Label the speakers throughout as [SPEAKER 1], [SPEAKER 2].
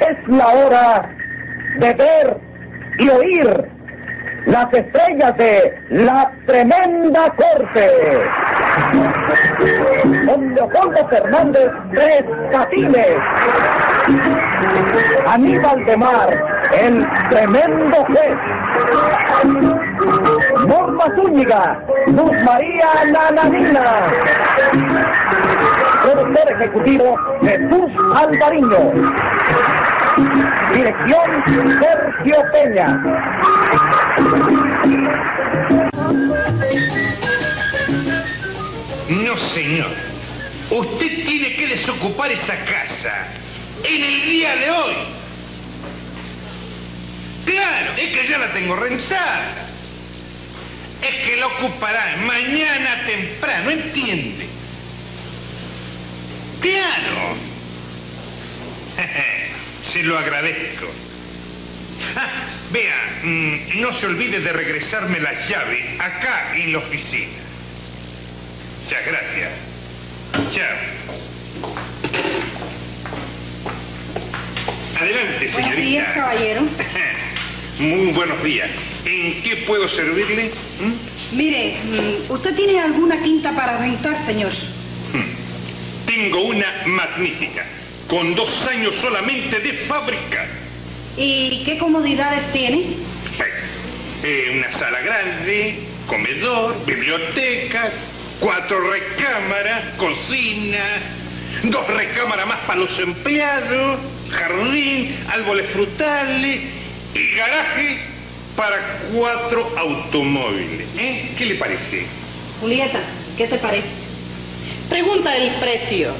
[SPEAKER 1] Es la hora de ver y oír las estrellas de la tremenda corte. Don Leopoldo Fernández Tres Catines. Aníbal de Mar, el tremendo juez. Norma Zúñiga, Luz María Nananina. Productor ejecutivo Jesús Alvariño. Dirección Sergio Peña.
[SPEAKER 2] No, señor. Usted tiene que desocupar esa casa en el día de hoy. Claro, es que ya la tengo rentada. Es que la ocuparán mañana temprano, ¿entiende? Claro. Se lo agradezco. Ah, vea, mm, no se olvide de regresarme la llave acá en la oficina. Muchas gracias. Chao. Adelante, señorita.
[SPEAKER 3] Buenos días, caballero.
[SPEAKER 2] Muy buenos días. ¿En qué puedo servirle? ¿Mm?
[SPEAKER 3] Mire, mm, ¿usted tiene alguna quinta para rentar, señor?
[SPEAKER 2] Tengo una magnífica, con dos años solamente de fábrica.
[SPEAKER 3] ¿Y qué comodidades tiene?
[SPEAKER 2] Eh, una sala grande, comedor, biblioteca, cuatro recámaras, cocina, dos recámaras más para los empleados, jardín, árboles frutales y garaje para cuatro automóviles. ¿eh? ¿Qué le parece?
[SPEAKER 3] Julieta, ¿qué te parece?
[SPEAKER 4] Pregunta el precio.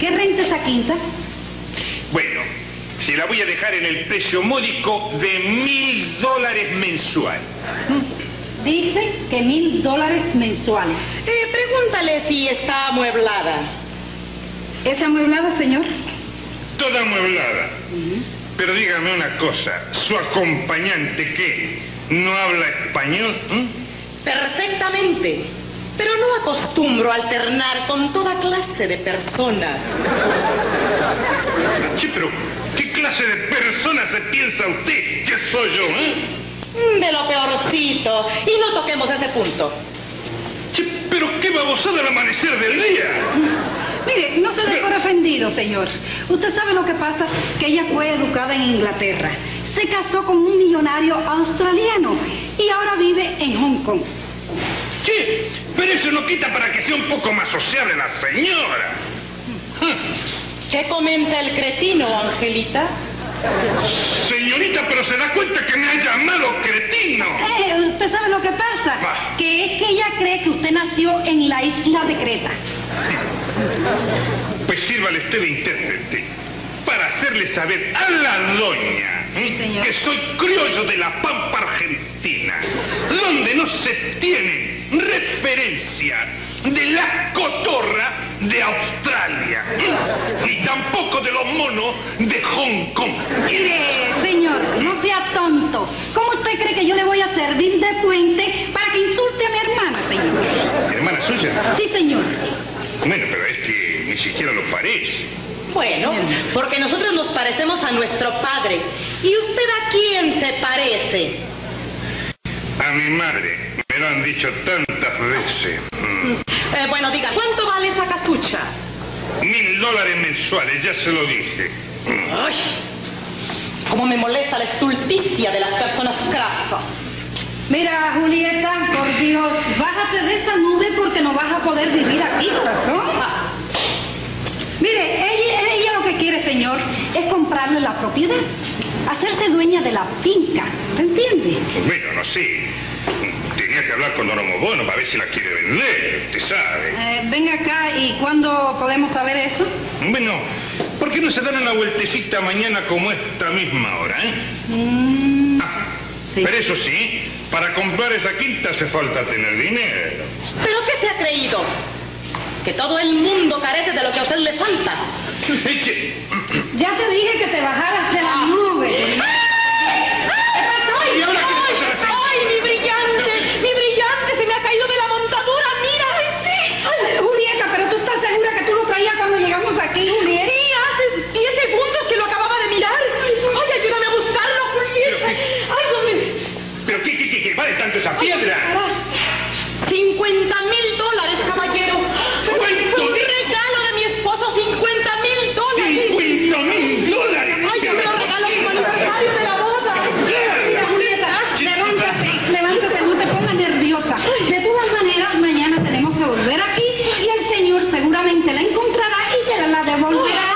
[SPEAKER 3] ¿Qué renta esa quinta?
[SPEAKER 2] Bueno, se la voy a dejar en el precio módico de mil dólares mensual.
[SPEAKER 3] Dice que mil dólares mensuales.
[SPEAKER 4] Eh, pregúntale si está amueblada.
[SPEAKER 3] ¿Es amueblada, señor?
[SPEAKER 2] Toda amueblada. Pero dígame una cosa, ¿su acompañante qué? ¿No habla español? ¿Mm?
[SPEAKER 4] Perfectamente. Pero no acostumbro a alternar con toda clase de personas.
[SPEAKER 2] Sí, pero ¿qué clase de persona se piensa usted que soy yo? ¿eh?
[SPEAKER 4] Mm, De lo peorcito. Y no toquemos ese punto.
[SPEAKER 2] Sí, pero qué babosada el amanecer del día.
[SPEAKER 3] Mire, no se dé por ofendido, señor. Usted sabe lo que pasa, que ella fue educada en Inglaterra. Se casó con un millonario australiano y ahora vive en Hong Kong.
[SPEAKER 2] Sí, pero eso no quita para que sea un poco más sociable la señora.
[SPEAKER 4] ¿Qué comenta el cretino, Angelita?
[SPEAKER 2] Señorita, pero se da cuenta que me ha llamado cretino.
[SPEAKER 3] Eh, usted sabe lo que pasa,
[SPEAKER 2] Bah.
[SPEAKER 3] que es que ella cree que usted nació en la isla de Creta.
[SPEAKER 2] Pues sírvale usted de intérprete para hacerle saber a la doña ¿eh?
[SPEAKER 3] señor.
[SPEAKER 2] que soy criollo de la Pampa Argentina, donde no se tiene referencia de la cotorra de Australia ¿eh? y tampoco de los monos de Hong Kong.
[SPEAKER 3] Mire, señor, no sea tonto. ¿Cómo usted cree que yo le voy a servir de puente para que insulte a mi hermana, señor?
[SPEAKER 2] Hermana suya,
[SPEAKER 3] Sí, señor.
[SPEAKER 2] bueno, pero es que ni siquiera lo parece.
[SPEAKER 4] Bueno, porque nosotros nos parecemos a nuestro padre. ¿Y usted a quién se parece?
[SPEAKER 2] A mi madre me lo han dicho tantas veces. Mm.
[SPEAKER 4] Eh, bueno, diga, ¿cuánto vale esa casucha?
[SPEAKER 2] Mil dólares mensuales, ya se lo dije. Mm.
[SPEAKER 4] ¡Ay! Cómo me molesta la estulticia de las personas crasas.
[SPEAKER 3] Mira, Julieta, por Dios, bájate de esa nube porque no vas a poder vivir aquí, corazón.
[SPEAKER 4] Ah,
[SPEAKER 3] Mire, ella, ella lo que quiere, señor, es comprarle la propiedad, hacerse dueña de la finca, ¿te entiende?
[SPEAKER 2] Bueno, no sé. Tenía que hablar con Don Bono para ver si la quiere vender, usted sabe.
[SPEAKER 3] Eh, venga acá y ¿cuándo podemos saber eso?
[SPEAKER 2] Bueno, ¿por qué no se dan una vueltecita mañana como esta misma hora, eh?
[SPEAKER 3] Mm,
[SPEAKER 2] Ah,
[SPEAKER 3] Sí.
[SPEAKER 2] Pero eso sí, para comprar esa quinta hace falta tener dinero.
[SPEAKER 4] ¿Pero qué se ha creído? Que todo el mundo carece de lo que a usted le falta.
[SPEAKER 2] Eche.
[SPEAKER 3] ya te dije que te bajaras de la nube.
[SPEAKER 2] ¿Y ahora qué le pasa a la señora?
[SPEAKER 4] ¡Ay, mi brillante! ¡Mi brillante! ¡Se me ha caído de la montadura! ¡Mira!
[SPEAKER 3] Ay, Julieta, pero tú estás segura que tú lo traías cuando llegamos aquí, Julieta.
[SPEAKER 4] Sí, hace 10 segundos que lo acababa de
[SPEAKER 5] devolverá?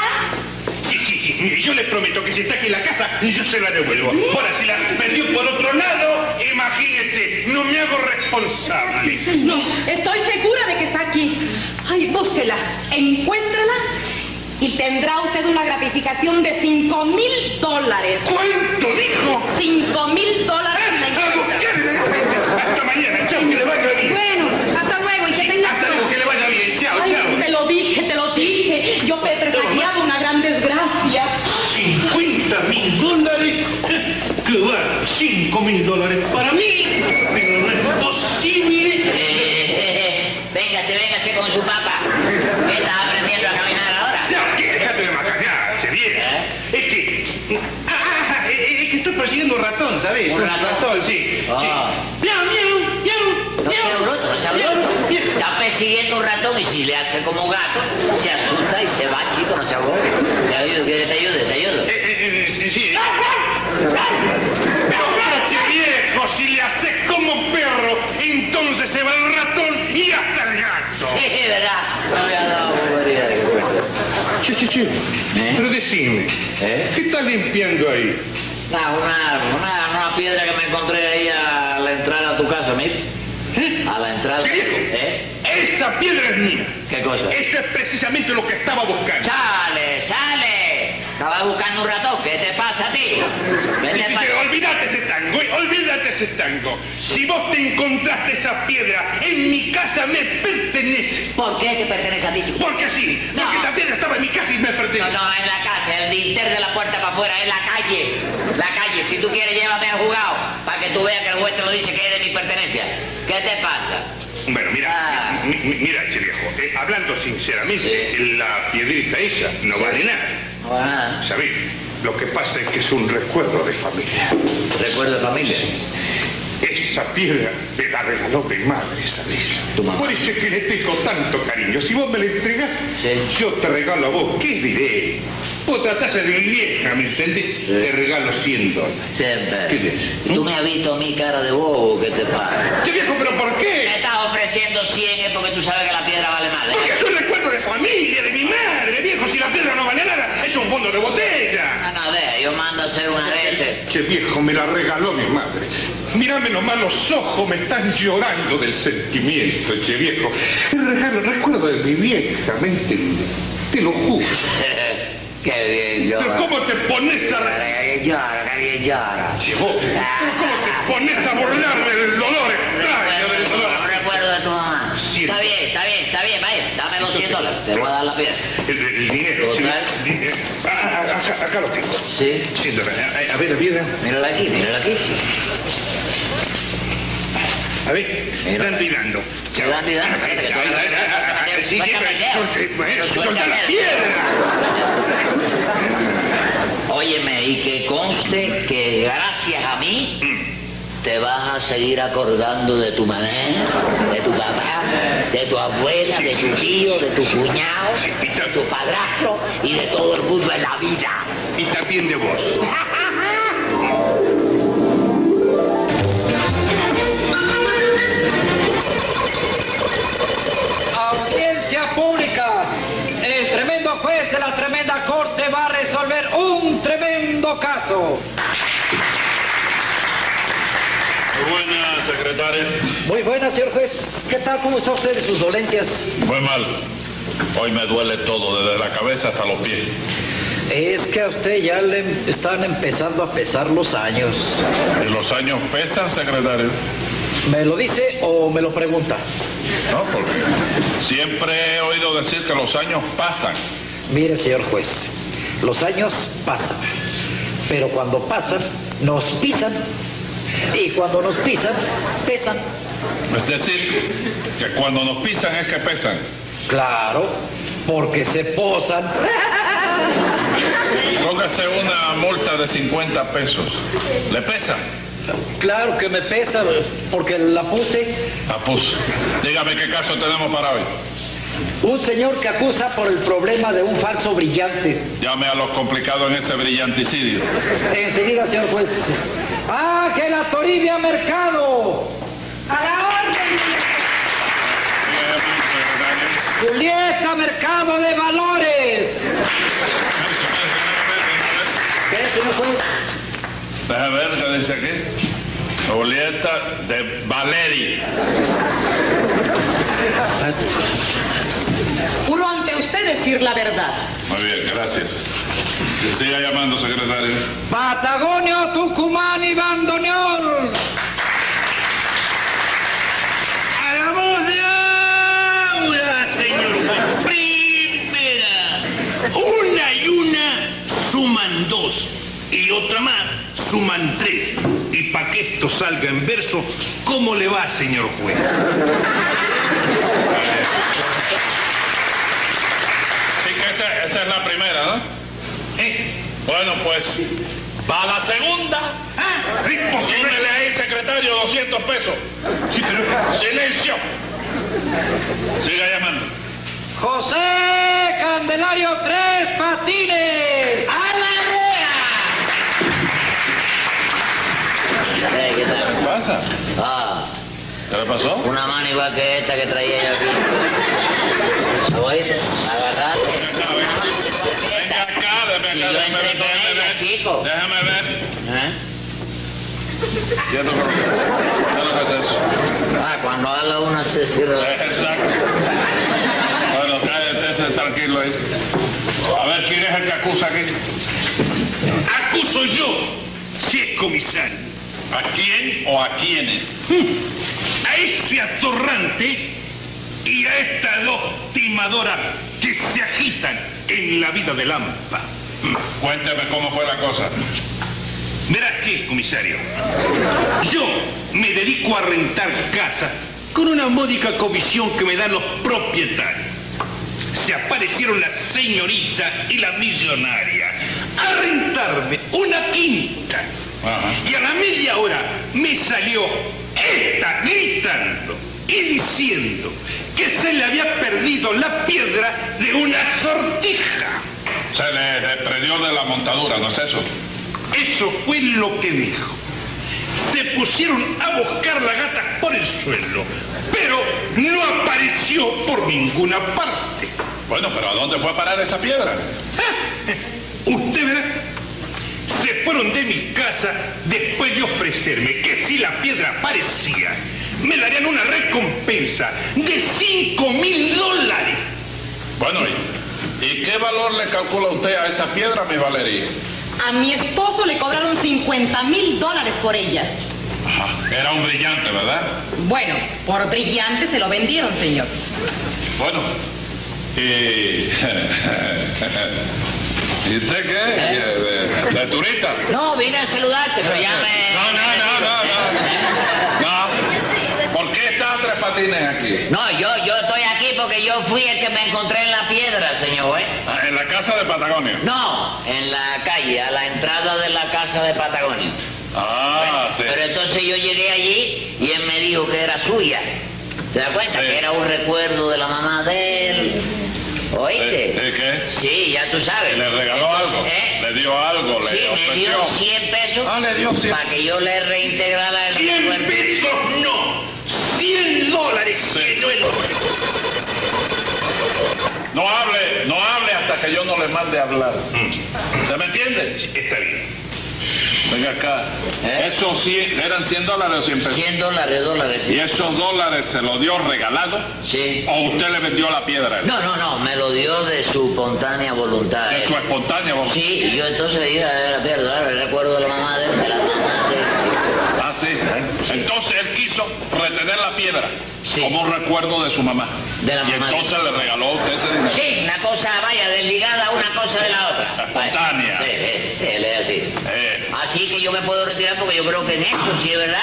[SPEAKER 2] Sí, sí, sí. Yo les prometo que si está aquí en la casa, yo se la devuelvo. Ahora, si la perdió por otro lado, imagínese, no me hago responsable.
[SPEAKER 3] No, estoy segura de que está aquí. Ay, búsquela, encuéntrala y tendrá usted una gratificación de cinco mil dólares.
[SPEAKER 2] ¿Cuánto dijo?
[SPEAKER 3] Cinco mil dólares si la
[SPEAKER 2] ¡Algo
[SPEAKER 3] encuentra.
[SPEAKER 2] quiere! Hasta mañana, chao, que le vaya bien.
[SPEAKER 5] Bueno, hasta luego y que tenga
[SPEAKER 2] Hasta luego, que le vaya bien, chao,
[SPEAKER 3] Ay, te
[SPEAKER 2] chao.
[SPEAKER 3] lo dije, te lo dije. Yo me he presagiado una gran desgracia.
[SPEAKER 2] 50 mil dólares. eh, Que va, 5 mil dólares para mí. Pero no es
[SPEAKER 4] Eh,
[SPEAKER 2] posible.
[SPEAKER 4] Véngase, véngase con su papá. ¿Qué estás aprendiendo a caminar ahora?
[SPEAKER 2] Ya, que déjate de macanear, se viene. ¿eh? Es que. ah, ah, ah, es es que estoy persiguiendo un ratón, ¿sabes?
[SPEAKER 4] ¿Un ratón?
[SPEAKER 2] sí.
[SPEAKER 4] Ah.
[SPEAKER 2] sí. Miau, miau, miau,
[SPEAKER 4] No sea
[SPEAKER 2] miau.
[SPEAKER 4] bruto, no sea
[SPEAKER 2] Miau,
[SPEAKER 4] bruto.
[SPEAKER 2] miau.
[SPEAKER 4] Está persiguiendo un ratón y si le hace como gato, se asusta y se va, chico, no sea bobo. Te ayudo, quiere que te ayude, te ayudo.
[SPEAKER 2] Eh, eh, eh, eh, sí. Pero che viejo, si le haces como perro, entonces se va el ratón y hasta el gato.
[SPEAKER 4] Sí, ¿verdad? No me ha dado bobería de cuenta.
[SPEAKER 2] Che, che, che. Pero decime,
[SPEAKER 4] ¿Eh?
[SPEAKER 2] ¿qué estás limpiando ahí?
[SPEAKER 4] Ah, una, una, una piedra que me encontré ahí a la entrada a tu casa, mira.
[SPEAKER 2] ¿Eh?
[SPEAKER 4] A la entrada.
[SPEAKER 2] Sí, viejo.
[SPEAKER 4] ¿Eh?
[SPEAKER 2] Esa piedra es mía.
[SPEAKER 4] ¿Qué cosa?
[SPEAKER 2] Eso es precisamente lo que estaba buscando.
[SPEAKER 4] Eh, ¡Sale, sale! Estaba buscando un ratón, ¿qué te pasa a ti? Vete
[SPEAKER 2] Dijiste,
[SPEAKER 4] para...
[SPEAKER 2] olvídate ese tango, eh, olvídate ese tango. Si vos te encontraste esa piedra, en mi casa me pertenece.
[SPEAKER 4] ¿Por qué te pertenece a ti, chico?
[SPEAKER 2] Porque sí,
[SPEAKER 4] No.
[SPEAKER 2] porque esa piedra estaba en mi casa y me
[SPEAKER 4] No,
[SPEAKER 2] pertenece.
[SPEAKER 4] no, en la casa, el dinter de la puerta para afuera, en la calle. La calle, si tú quieres, llévame a jugado, para que tú veas que el juez te lo dice que es de mi pertenencia. ¿Qué te pasa?
[SPEAKER 2] Bueno, mira,
[SPEAKER 4] Ah.
[SPEAKER 2] mi- mi- mira, che viejo, eh, hablando sinceramente, la piedrita esa no vale nada.
[SPEAKER 4] No, nada.
[SPEAKER 2] ¿Sabés? Lo que pasa es que es un recuerdo de familia.
[SPEAKER 4] Recuerdo de familia.
[SPEAKER 2] Esa piedra me la regaló mi madre, ¿sabés?
[SPEAKER 4] Tu mamá.
[SPEAKER 2] Por eso es que le tengo tanto cariño. Si vos me la entregas,
[SPEAKER 4] Sí.
[SPEAKER 2] yo te regalo a vos. ¿Qué diré? Vos tratás de mi vieja, ¿me entendés? Te regalo 100 dólares.
[SPEAKER 4] Siempre.
[SPEAKER 2] ¿Qué dices?
[SPEAKER 4] ¿Tú me has visto mi cara de bobo? ¿Qué te pasa?
[SPEAKER 2] Che viejo, ¿pero por
[SPEAKER 4] Me
[SPEAKER 2] qué?
[SPEAKER 4] estás ofreciendo 100 es porque tú sabes que la piedra vale más. ¿eh?
[SPEAKER 2] Porque es un recuerdo de familia, de mi madre, viejo. Si la piedra no vale nada, es un fondo de botella.
[SPEAKER 4] No, no, ve, yo mando a hacer un arete.
[SPEAKER 2] Che viejo, me la regaló mi madre. Mírame nomás los ojos, me están llorando del sentimiento, che viejo. El regalo, recuerdo de mi vieja, ¿me entendés? Te lo juro.
[SPEAKER 4] Qué bien
[SPEAKER 2] Pero
[SPEAKER 4] llora.
[SPEAKER 2] ¿Cómo te pones a...
[SPEAKER 4] Llora, qué bien llora, qué bien llora.
[SPEAKER 2] Che, vos, pero ¿Cómo te pones a burlar del dolor extraño, del
[SPEAKER 4] Un
[SPEAKER 2] dolor?
[SPEAKER 4] recuerdo de tu mamá.
[SPEAKER 2] Cierto.
[SPEAKER 4] Está bien, está bien, está bien, vaya, dame los 100 dólares. Te voy a dar la piedra.
[SPEAKER 2] El, el dinero,
[SPEAKER 4] Total.
[SPEAKER 2] sí, dinero. Ah, ah, ah, acá, acá lo tengo.
[SPEAKER 4] Sí.
[SPEAKER 2] Sí, dólares. A, a- a ver, la piedra.
[SPEAKER 4] Mírala aquí, mírala aquí.
[SPEAKER 2] A ver,
[SPEAKER 4] Mira.
[SPEAKER 2] están tirando.
[SPEAKER 4] Te van tirando, espérate que te voy a-
[SPEAKER 2] Ay, ay, ay, ay, Sí, sí,
[SPEAKER 4] Suéltame el
[SPEAKER 2] pero
[SPEAKER 4] dedo.
[SPEAKER 2] sol- eh, bueno,
[SPEAKER 4] Suéltame
[SPEAKER 2] soltá la
[SPEAKER 4] el dedo.
[SPEAKER 2] piedra.
[SPEAKER 4] Óyeme, y que conste que gracias a mí
[SPEAKER 2] Mm.
[SPEAKER 4] te vas a seguir acordando de tu mamá, de tu papá, de tu abuela, de tu tío, de tu cuñado, de tu padrastro y de todo el mundo en la vida.
[SPEAKER 2] Y también de vos.
[SPEAKER 6] Audiencia pública. El tremendo juez de la tremenda corte va a resolver un tremendo caso.
[SPEAKER 7] Muy buenas, secretaria.
[SPEAKER 6] Muy buena, señor juez. ¿Qué tal? ¿Cómo está usted de sus dolencias?
[SPEAKER 7] Muy mal. Hoy me duele todo, desde la cabeza hasta los pies.
[SPEAKER 6] Es que a usted ya le están empezando a pesar los años.
[SPEAKER 7] ¿Y los años pesan, secretario?
[SPEAKER 6] ¿Me lo dice o me lo pregunta?
[SPEAKER 7] No, porque siempre he oído decir que los años pasan.
[SPEAKER 6] Mire, señor juez, los años pasan, pero cuando pasan, nos pisan. Y cuando nos pisan, pesan.
[SPEAKER 7] Es decir, que cuando nos pisan es que pesan.
[SPEAKER 6] Claro, porque se posan.
[SPEAKER 7] Póngase una multa de 50 pesos. ¿Le pesa?
[SPEAKER 6] Claro que me pesa porque la puse.
[SPEAKER 7] Apus. Dígame qué caso tenemos para hoy.
[SPEAKER 6] Un señor que acusa por el problema de un falso brillante.
[SPEAKER 7] Llame a los complicados en ese brillanticidio.
[SPEAKER 6] Enseguida, señor juez. Ángela Toribia Mercado.
[SPEAKER 5] A la orden.
[SPEAKER 7] Dígame, secretario.
[SPEAKER 6] Julieta Mercado de Valores. ¿Qué, señor juez?
[SPEAKER 8] Deja ver qué dice aquí. Julieta de Valeri.
[SPEAKER 4] Juro ante usted decir la verdad.
[SPEAKER 8] Muy bien, gracias. Sí, Siga llamando, secretario.
[SPEAKER 6] Patagonio, Tucumán y Bandoneón.
[SPEAKER 2] A la voz de Aura, señor juez. Primera. Una y una suman dos. Y otra más suman tres. Y para que esto salga en verso, ¿cómo le va, señor juez?
[SPEAKER 8] Sí, que esa, esa es la primera, ¿no?
[SPEAKER 2] ¿Eh?
[SPEAKER 8] Bueno, pues, para la segunda,
[SPEAKER 2] ¿Ah? ritmo, señor.
[SPEAKER 8] súmele ahí, secretario, 200 pesos.
[SPEAKER 2] Sí, pero-
[SPEAKER 8] ¡Silencio! Siga llamando.
[SPEAKER 6] José Candelario Tres Patines.
[SPEAKER 4] ¡A la rea!
[SPEAKER 9] Eh, ¿qué tal?
[SPEAKER 8] pasa?
[SPEAKER 9] Ah,
[SPEAKER 8] ¿Qué le pasó?
[SPEAKER 9] una mano igual que esta que traía yo aquí. ¿Oíste? Agarraste.
[SPEAKER 8] Venga acá,
[SPEAKER 9] Si
[SPEAKER 8] déjame
[SPEAKER 9] yo
[SPEAKER 8] acá, déjame
[SPEAKER 9] entré
[SPEAKER 8] ver,
[SPEAKER 9] con
[SPEAKER 8] déjame
[SPEAKER 9] ella,
[SPEAKER 8] ver.
[SPEAKER 9] chico.
[SPEAKER 8] Déjame ver.
[SPEAKER 9] ¿Eh?
[SPEAKER 8] Ya te conozco. Ya no haces eso.
[SPEAKER 9] Ah, cuando habla uno se cierra.
[SPEAKER 8] Exacto. Bueno, cállate, ese tranquilo ahí. A ver quién es el que acusa aquí.
[SPEAKER 2] Acuso yo, si es comisario,
[SPEAKER 8] ¿A quién o a quiénes?
[SPEAKER 2] Hmm. a ese atorrante y a estas dos timadoras que se agitan en la vida de Lampa.
[SPEAKER 8] Cuénteme cómo fue la cosa.
[SPEAKER 2] Verás che, comisario, yo me dedico a rentar casas con una módica comisión que me dan los propietarios. Se aparecieron la señorita y la millonaria a rentarme una quinta.
[SPEAKER 8] Ajá.
[SPEAKER 2] Y a la media hora me salió esta gritando y diciendo que se le había perdido la piedra de una sortija.
[SPEAKER 8] Se le desprendió de la montadura, ¿no es eso?
[SPEAKER 2] Eso fue lo que dijo. Se pusieron a buscar la gata por el suelo, pero no apareció por ninguna parte.
[SPEAKER 8] Bueno, pero ¿a dónde fue a parar esa piedra?
[SPEAKER 2] Usted verá, se fueron de mi casa después de ofrecerme que si la piedra aparecía, me darían una recompensa de 5 mil dólares.
[SPEAKER 8] Bueno, ¿y, y qué valor le calcula usted a esa piedra, mi Valeria?
[SPEAKER 4] A mi esposo le cobraron 50 mil dólares por ella.
[SPEAKER 8] Ajá. Era un brillante, ¿verdad?
[SPEAKER 4] Bueno, por brillante se lo vendieron, señor.
[SPEAKER 8] Bueno, y... ¿Y usted qué? ¿De, de- de turista?
[SPEAKER 9] No, vine a saludarte, ¿Eh? pero ya me.
[SPEAKER 8] No, no, no, no, no. No. ¿Por qué está Tres Patines aquí?
[SPEAKER 9] No, yo, yo estoy aquí porque yo fui el que me encontré en la piedra, señor juez.
[SPEAKER 8] Ah, En la casa de Patagonia.
[SPEAKER 9] No, en la calle, a la entrada de la casa de Patagonia.
[SPEAKER 8] Ah, sí.
[SPEAKER 9] Pero entonces yo llegué allí y él me dijo que era suya. ¿Te das cuenta?
[SPEAKER 8] Sí.
[SPEAKER 9] Que era un recuerdo de la mamá de él. ¿Oíste?
[SPEAKER 8] ¿Eh, eh, qué?
[SPEAKER 9] Sí, ya tú sabes.
[SPEAKER 8] ¿Le regaló
[SPEAKER 9] Entonces,
[SPEAKER 8] algo?
[SPEAKER 9] ¿eh?
[SPEAKER 8] ¿Le dio algo? ¿Le
[SPEAKER 9] Sí, me dio
[SPEAKER 8] ofreció?
[SPEAKER 9] 100 pesos
[SPEAKER 8] Ah, le dio 100.
[SPEAKER 9] para que yo le reintegrara el
[SPEAKER 2] 100
[SPEAKER 9] recuerdo.
[SPEAKER 2] pesos no, 100 dólares.
[SPEAKER 8] Sí.
[SPEAKER 2] No, no, no.
[SPEAKER 8] No hable, no hable hasta que yo no le mande a hablar.
[SPEAKER 9] Mm.
[SPEAKER 8] ¿Se me entiende?
[SPEAKER 2] Está bien.
[SPEAKER 8] Venga acá.
[SPEAKER 9] ¿Eh?
[SPEAKER 8] ¿Esos 100 eran 100 dólares o 100 pesos?
[SPEAKER 9] 100 dólares, dólares.
[SPEAKER 8] ¿Y esos dólares se los dio regalado?
[SPEAKER 9] Sí.
[SPEAKER 8] ¿O usted le vendió la piedra?
[SPEAKER 9] No, no, no, me lo dio de su espontánea voluntad.
[SPEAKER 8] De
[SPEAKER 9] él.
[SPEAKER 8] su espontánea voz.
[SPEAKER 9] Sí, y yo entonces dije, a ver, pierdo, ahora el recuerdo de la mamá de él, de la mamá de él.
[SPEAKER 8] Ah, sí. Entonces él quiso retener la piedra
[SPEAKER 9] Sí.
[SPEAKER 8] como un recuerdo de su mamá.
[SPEAKER 9] De la
[SPEAKER 8] y
[SPEAKER 9] mamá de-
[SPEAKER 8] entonces le regaló a usted ese dinero.
[SPEAKER 9] Sí, una cosa, vaya, desligada una cosa de la otra.
[SPEAKER 8] Espontánea.
[SPEAKER 9] Sí, sí, sí, él es así.
[SPEAKER 8] Eh,
[SPEAKER 9] Así que yo me puedo retirar porque yo creo que en eso sí es verdad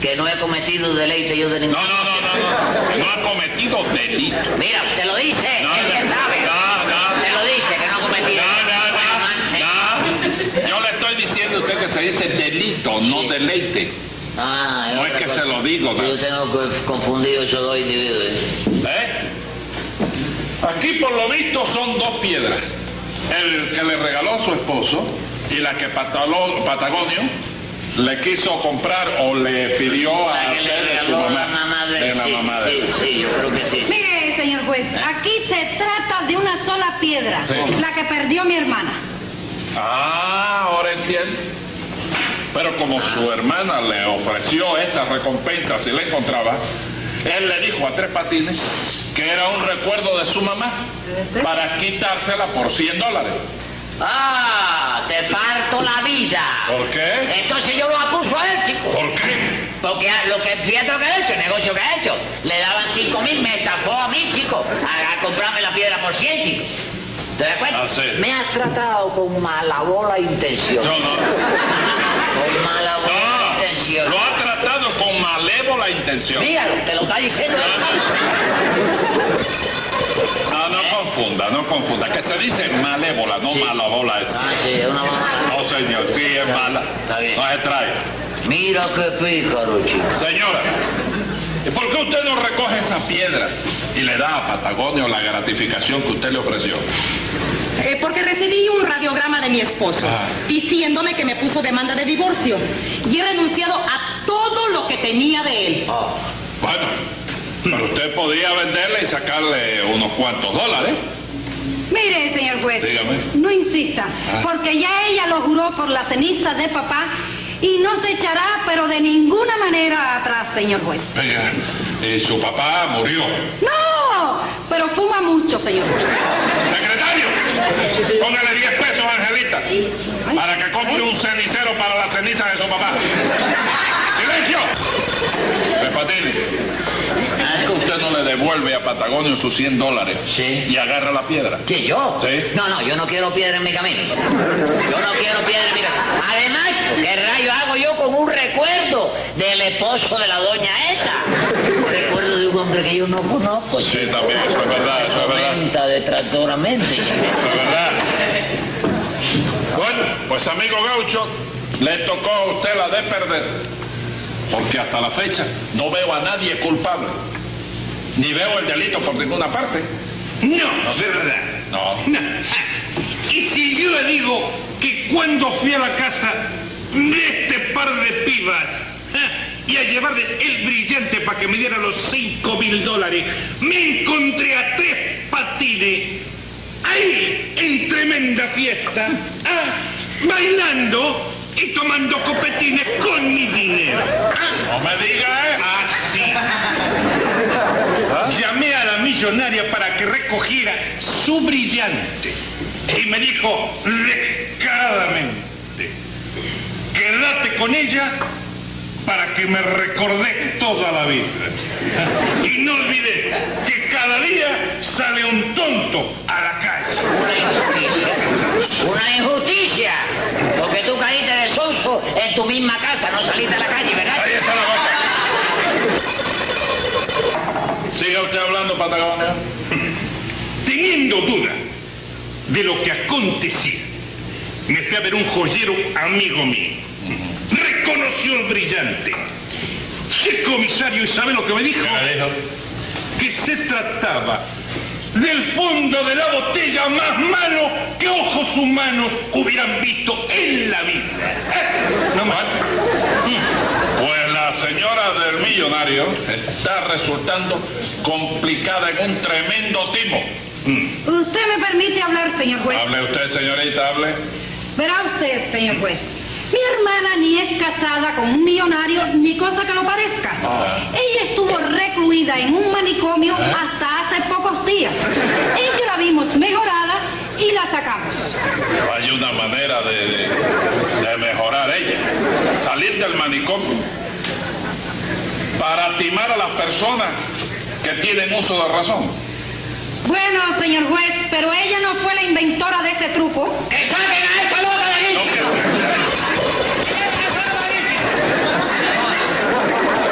[SPEAKER 9] que no he cometido deleite yo de ningún...
[SPEAKER 8] no, no, no, no, no. No ha cometido delito.
[SPEAKER 9] Mira, te lo dice,
[SPEAKER 8] No,
[SPEAKER 9] él
[SPEAKER 8] no,
[SPEAKER 9] que sabe.
[SPEAKER 8] no, no.
[SPEAKER 9] Te lo dice, que no
[SPEAKER 8] No,
[SPEAKER 9] he cometido...
[SPEAKER 8] no, no, no. Yo le estoy diciendo a usted que se dice delito, no
[SPEAKER 9] Sí.
[SPEAKER 8] deleite.
[SPEAKER 9] Ah,
[SPEAKER 8] No es
[SPEAKER 9] otra
[SPEAKER 8] que
[SPEAKER 9] cosa.
[SPEAKER 8] se lo digo, ¿no?
[SPEAKER 9] Yo tengo co- confundido esos dos individuos.
[SPEAKER 8] ¿Eh? Aquí por lo visto son dos piedras. El que le regaló su esposo y la que Patalo- Patagonio le quiso comprar o le pidió a
[SPEAKER 9] La que le
[SPEAKER 8] usted de su
[SPEAKER 9] regaló
[SPEAKER 8] mamá.
[SPEAKER 9] la mamá de
[SPEAKER 8] de la
[SPEAKER 9] sí,
[SPEAKER 8] mamá de
[SPEAKER 9] sí,
[SPEAKER 8] él.
[SPEAKER 9] sí, yo creo que sí.
[SPEAKER 3] Mire, señor juez. Aquí se trata de una sola piedra,
[SPEAKER 2] Sí.
[SPEAKER 3] la que perdió mi hermana.
[SPEAKER 2] Ah, ahora entiendo. Pero como su hermana le ofreció esa recompensa si la encontraba, él le dijo a Tres Patines que era un recuerdo de su mamá para quitársela por 100 dólares.
[SPEAKER 9] ¡Ah! ¡Te parto la vida!
[SPEAKER 2] ¿Por qué?
[SPEAKER 9] Entonces yo lo acuso a él, chico.
[SPEAKER 2] ¿Por qué?
[SPEAKER 9] Porque a- lo que fíjate lo que ha hecho, el negocio que ha hecho. Le daban cinco mil, me estafó a mí, chico. A, a comprarme la piedra por 100, chico. ¿Te das cuenta?
[SPEAKER 2] Ah, sí.
[SPEAKER 9] Me has tratado con mala bola intención.
[SPEAKER 2] No, no.
[SPEAKER 9] Con mala bola
[SPEAKER 2] No,
[SPEAKER 9] intención.
[SPEAKER 2] lo ha tratado con malévola intención.
[SPEAKER 9] Míralo, te lo está diciendo.
[SPEAKER 2] No, no. No, no
[SPEAKER 9] ¿Eh?
[SPEAKER 2] confunda, no confunda. Que se dice malévola, no
[SPEAKER 9] Sí.
[SPEAKER 2] mala bola es.
[SPEAKER 9] Ah, sí, es una mala.
[SPEAKER 2] No, señor, sí es mala.
[SPEAKER 9] Está bien.
[SPEAKER 2] No se trae.
[SPEAKER 9] Mira qué pícaro, chico.
[SPEAKER 2] Señora, ¿y ¿por qué usted no recoge esa piedra y le da a Patagonio la gratificación que usted le ofreció?
[SPEAKER 4] Eh, porque recibí un radiograma de mi esposo
[SPEAKER 2] Ah.
[SPEAKER 4] diciéndome que me puso demanda de divorcio y he renunciado a todo lo que tenía de él.
[SPEAKER 2] Bueno, pero usted podía venderla y sacarle unos cuantos dólares.
[SPEAKER 3] Mire, señor juez,
[SPEAKER 2] Dígame.
[SPEAKER 3] no insista,
[SPEAKER 2] Ah.
[SPEAKER 3] porque ya ella lo juró por la ceniza de papá y no se echará, pero de ninguna manera atrás, señor juez.
[SPEAKER 2] Venga, y su papá murió.
[SPEAKER 3] No, pero fuma mucho, señor juez.
[SPEAKER 2] Secretario, póngale 10 pesos a Angelita
[SPEAKER 3] Ay.
[SPEAKER 2] para que compre un cenicero para la ceniza de su papá. ¡Silencio! Tres Patines, ¿por qué usted no le devuelve a Patagonio sus 100 dólares
[SPEAKER 9] Sí.
[SPEAKER 2] y agarra la piedra?
[SPEAKER 9] ¿Qué, yo?
[SPEAKER 2] Sí.
[SPEAKER 9] No, no, yo no quiero piedra en mi camino. Yo no quiero piedra en mi camino. Además, ¿qué rayo hago yo con un recuerdo del esposo de la doña esta? Un recuerdo de un hombre que yo no conozco.
[SPEAKER 2] Sí,
[SPEAKER 9] chico.
[SPEAKER 2] también, eso es verdad, eso es verdad.
[SPEAKER 9] Comenta detractoramente, chico.
[SPEAKER 2] La verdad. Bueno, pues amigo Gaucho, le tocó a usted la de perder. Porque hasta la fecha no veo a nadie culpable. Ni veo el delito por ninguna parte.
[SPEAKER 10] No,
[SPEAKER 2] No
[SPEAKER 10] es
[SPEAKER 2] sirve.
[SPEAKER 10] verdad.
[SPEAKER 2] No.
[SPEAKER 10] No. Y si yo le digo que cuando fui a la casa de este par de pibas ah, y a llevarles el brillante para que me diera los cinco mil dólares, me encontré a tres patines ahí en tremenda fiesta, ah, bailando y tomando copetines con mi dinero. ah.
[SPEAKER 2] No me diga eso.
[SPEAKER 10] Así. Llamé a la millonaria para que recogiera su brillante y me dijo descaradamente, quédate con ella para que me recordes toda la vida. Y no olvidé que cada día sale un tonto a la calle.
[SPEAKER 9] Una injusticia. Una injusticia. Porque tú caíste de sonso en tu misma casa, no saliste a la calle, ¿verdad?
[SPEAKER 2] Ahí está la boca. Siga usted hablando, Patagonio.
[SPEAKER 10] Teniendo duda de lo que acontecía, me fui a ver un joyero amigo mío. Reconoció el brillante. Sí, comisario, ¿y sabe lo que me dijo?
[SPEAKER 2] ¿Qué me dijo?
[SPEAKER 10] Que se trataba del fondo de la botella más malo que ojos humanos hubieran visto en la vida. Eh,
[SPEAKER 2] No mal. Pues la señora del millonario está resultando complicada en un tremendo timo.
[SPEAKER 3] Usted me permite hablar, señor juez.
[SPEAKER 2] Hable usted, señorita, hable.
[SPEAKER 3] Verá usted, señor juez. Mi hermana ni es casada con un millonario ni cosa que lo parezca.
[SPEAKER 2] Ah.
[SPEAKER 3] Ella estuvo recluida en un manicomio hasta hace pocos días. Es que la vimos mejorada y la sacamos.
[SPEAKER 2] Hay una manera de, de- de mejorar ella. Salir del manicomio para timar a las personas que tienen uso de razón.
[SPEAKER 3] Bueno, señor juez, pero ella no fue la inventora de ese truco.
[SPEAKER 9] ¡Que saquen a esa loca de ahí,
[SPEAKER 2] No,
[SPEAKER 9] chico!
[SPEAKER 2] que-
[SPEAKER 9] Oiga,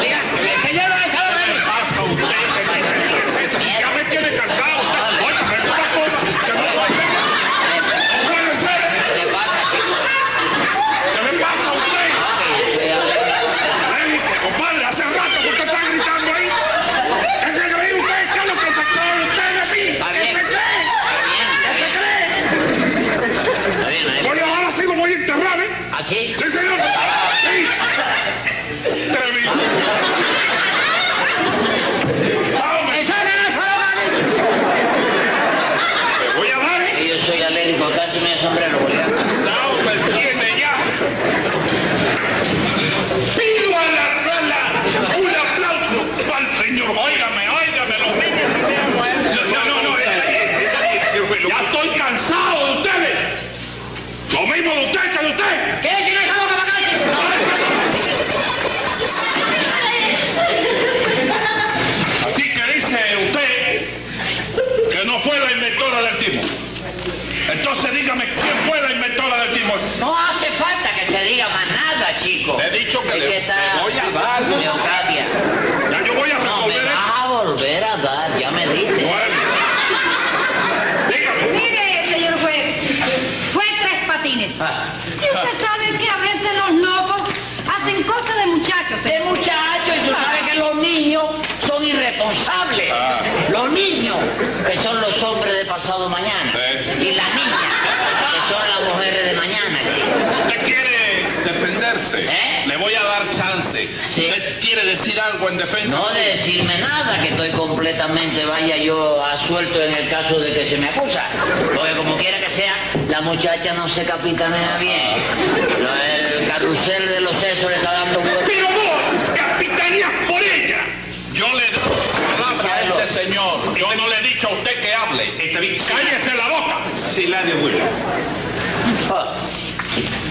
[SPEAKER 9] ¡Que se lleven a esa loca de ahí!
[SPEAKER 2] pasa usted? Ya me tiene cansado. usted. Oye, pero una cosa, que no puede ser. No puede ser.
[SPEAKER 9] ¿Qué le pasa, chico?
[SPEAKER 2] ¿Qué le pasa a usted? Ey, compadre, hace rato que usted está gritando ahí. ¿Qué se cree usted? ¿Qué es lo que se cree usted de mí?
[SPEAKER 9] Está
[SPEAKER 2] ¿Qué
[SPEAKER 9] bien.
[SPEAKER 2] se cree? ¿Qué se cree?
[SPEAKER 9] Está bien, está
[SPEAKER 2] Oye,
[SPEAKER 9] bien.
[SPEAKER 2] Pues ahora sí lo voy a enterrar, ¿eh?
[SPEAKER 9] ¿Así?
[SPEAKER 2] Sí, señor. Sí. Treviño.
[SPEAKER 9] ¡Que saquen a esa loca
[SPEAKER 2] ¿eh?
[SPEAKER 9] alérgico a casi me sombrero, Julián.
[SPEAKER 11] Sao me tiene ya. Pido a la sala un aplauso al señor.
[SPEAKER 2] Óigame, óigame, los niños que tengo a él.
[SPEAKER 11] No, no, no, está bien, está bien, señor Veloz. Ya estoy cansado de ustedes. Lo mismo de usted que de usted.
[SPEAKER 9] ¿Qué decir esa boca para
[SPEAKER 2] Así que dice usted que no fue la inventora del timo. Entonces dígame quién fue la inventora del timo. ese?
[SPEAKER 9] No hace falta que se diga más nada, chico.
[SPEAKER 2] Le he dicho que
[SPEAKER 9] Es
[SPEAKER 2] le-
[SPEAKER 9] está-
[SPEAKER 2] le voy a dar.
[SPEAKER 9] Leocadia.
[SPEAKER 2] Ya yo voy a
[SPEAKER 9] No, me
[SPEAKER 2] resolver esto.
[SPEAKER 9] vas a volver a dar, ya me diste.
[SPEAKER 2] Bueno. Dígame.
[SPEAKER 3] Mire, señor juez, fue tres patines.
[SPEAKER 9] Ah,
[SPEAKER 3] Y usted sabe que a veces los locos hacen cosas de muchachos.
[SPEAKER 9] De
[SPEAKER 3] señor.
[SPEAKER 9] muchacho, y tú sabes que los niños son irresponsables.
[SPEAKER 2] Ah.
[SPEAKER 9] Los niños, que son los hombres de pasado mañana.
[SPEAKER 2] Sí.
[SPEAKER 9] Y las niñas, que son las mujeres de mañana, chico.
[SPEAKER 2] Usted quiere defenderse.
[SPEAKER 9] ¿Eh?
[SPEAKER 2] Le voy a dar chance.
[SPEAKER 9] Sí.
[SPEAKER 2] Usted quiere decir algo en defensa.
[SPEAKER 9] No de decirme nada, que estoy completamente, vaya yo, a suelto en el caso de que se me acusa. Porque como quiera que sea, la muchacha no se capitanea bien. Lo- El carrusel de los sesos le está dando vueltas.
[SPEAKER 11] Pero vos capitaneas por ella.
[SPEAKER 2] Yo le doy la palabra a
[SPEAKER 9] Carlos.
[SPEAKER 2] este señor. Yo no le he dicho a usted que hable.
[SPEAKER 11] Está bien,
[SPEAKER 2] Cállese la boca.
[SPEAKER 11] se la devuelvo.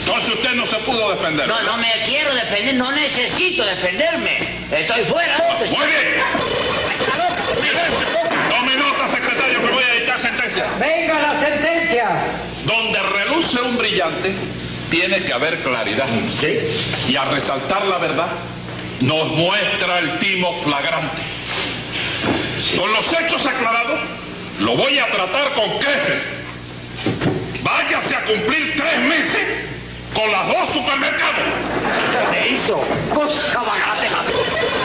[SPEAKER 2] Entonces usted no se pudo defender.
[SPEAKER 9] No, no me quiero defender, no necesito defenderme. Estoy fuera de este esto.
[SPEAKER 2] Muy bien. Tome nota, secretario, que voy a dictar sentencia.
[SPEAKER 6] ¡Venga la sentencia!
[SPEAKER 2] Donde reluce un brillante, tiene que haber claridad.
[SPEAKER 6] Sí.
[SPEAKER 2] Y a resaltar la verdad, nos muestra el timo flagrante. Con los hechos aclarados, lo voy a tratar con creces. Váyase a cumplir tres meses con las dos supermercados.
[SPEAKER 6] ¿Qué hizo? Cosa barata.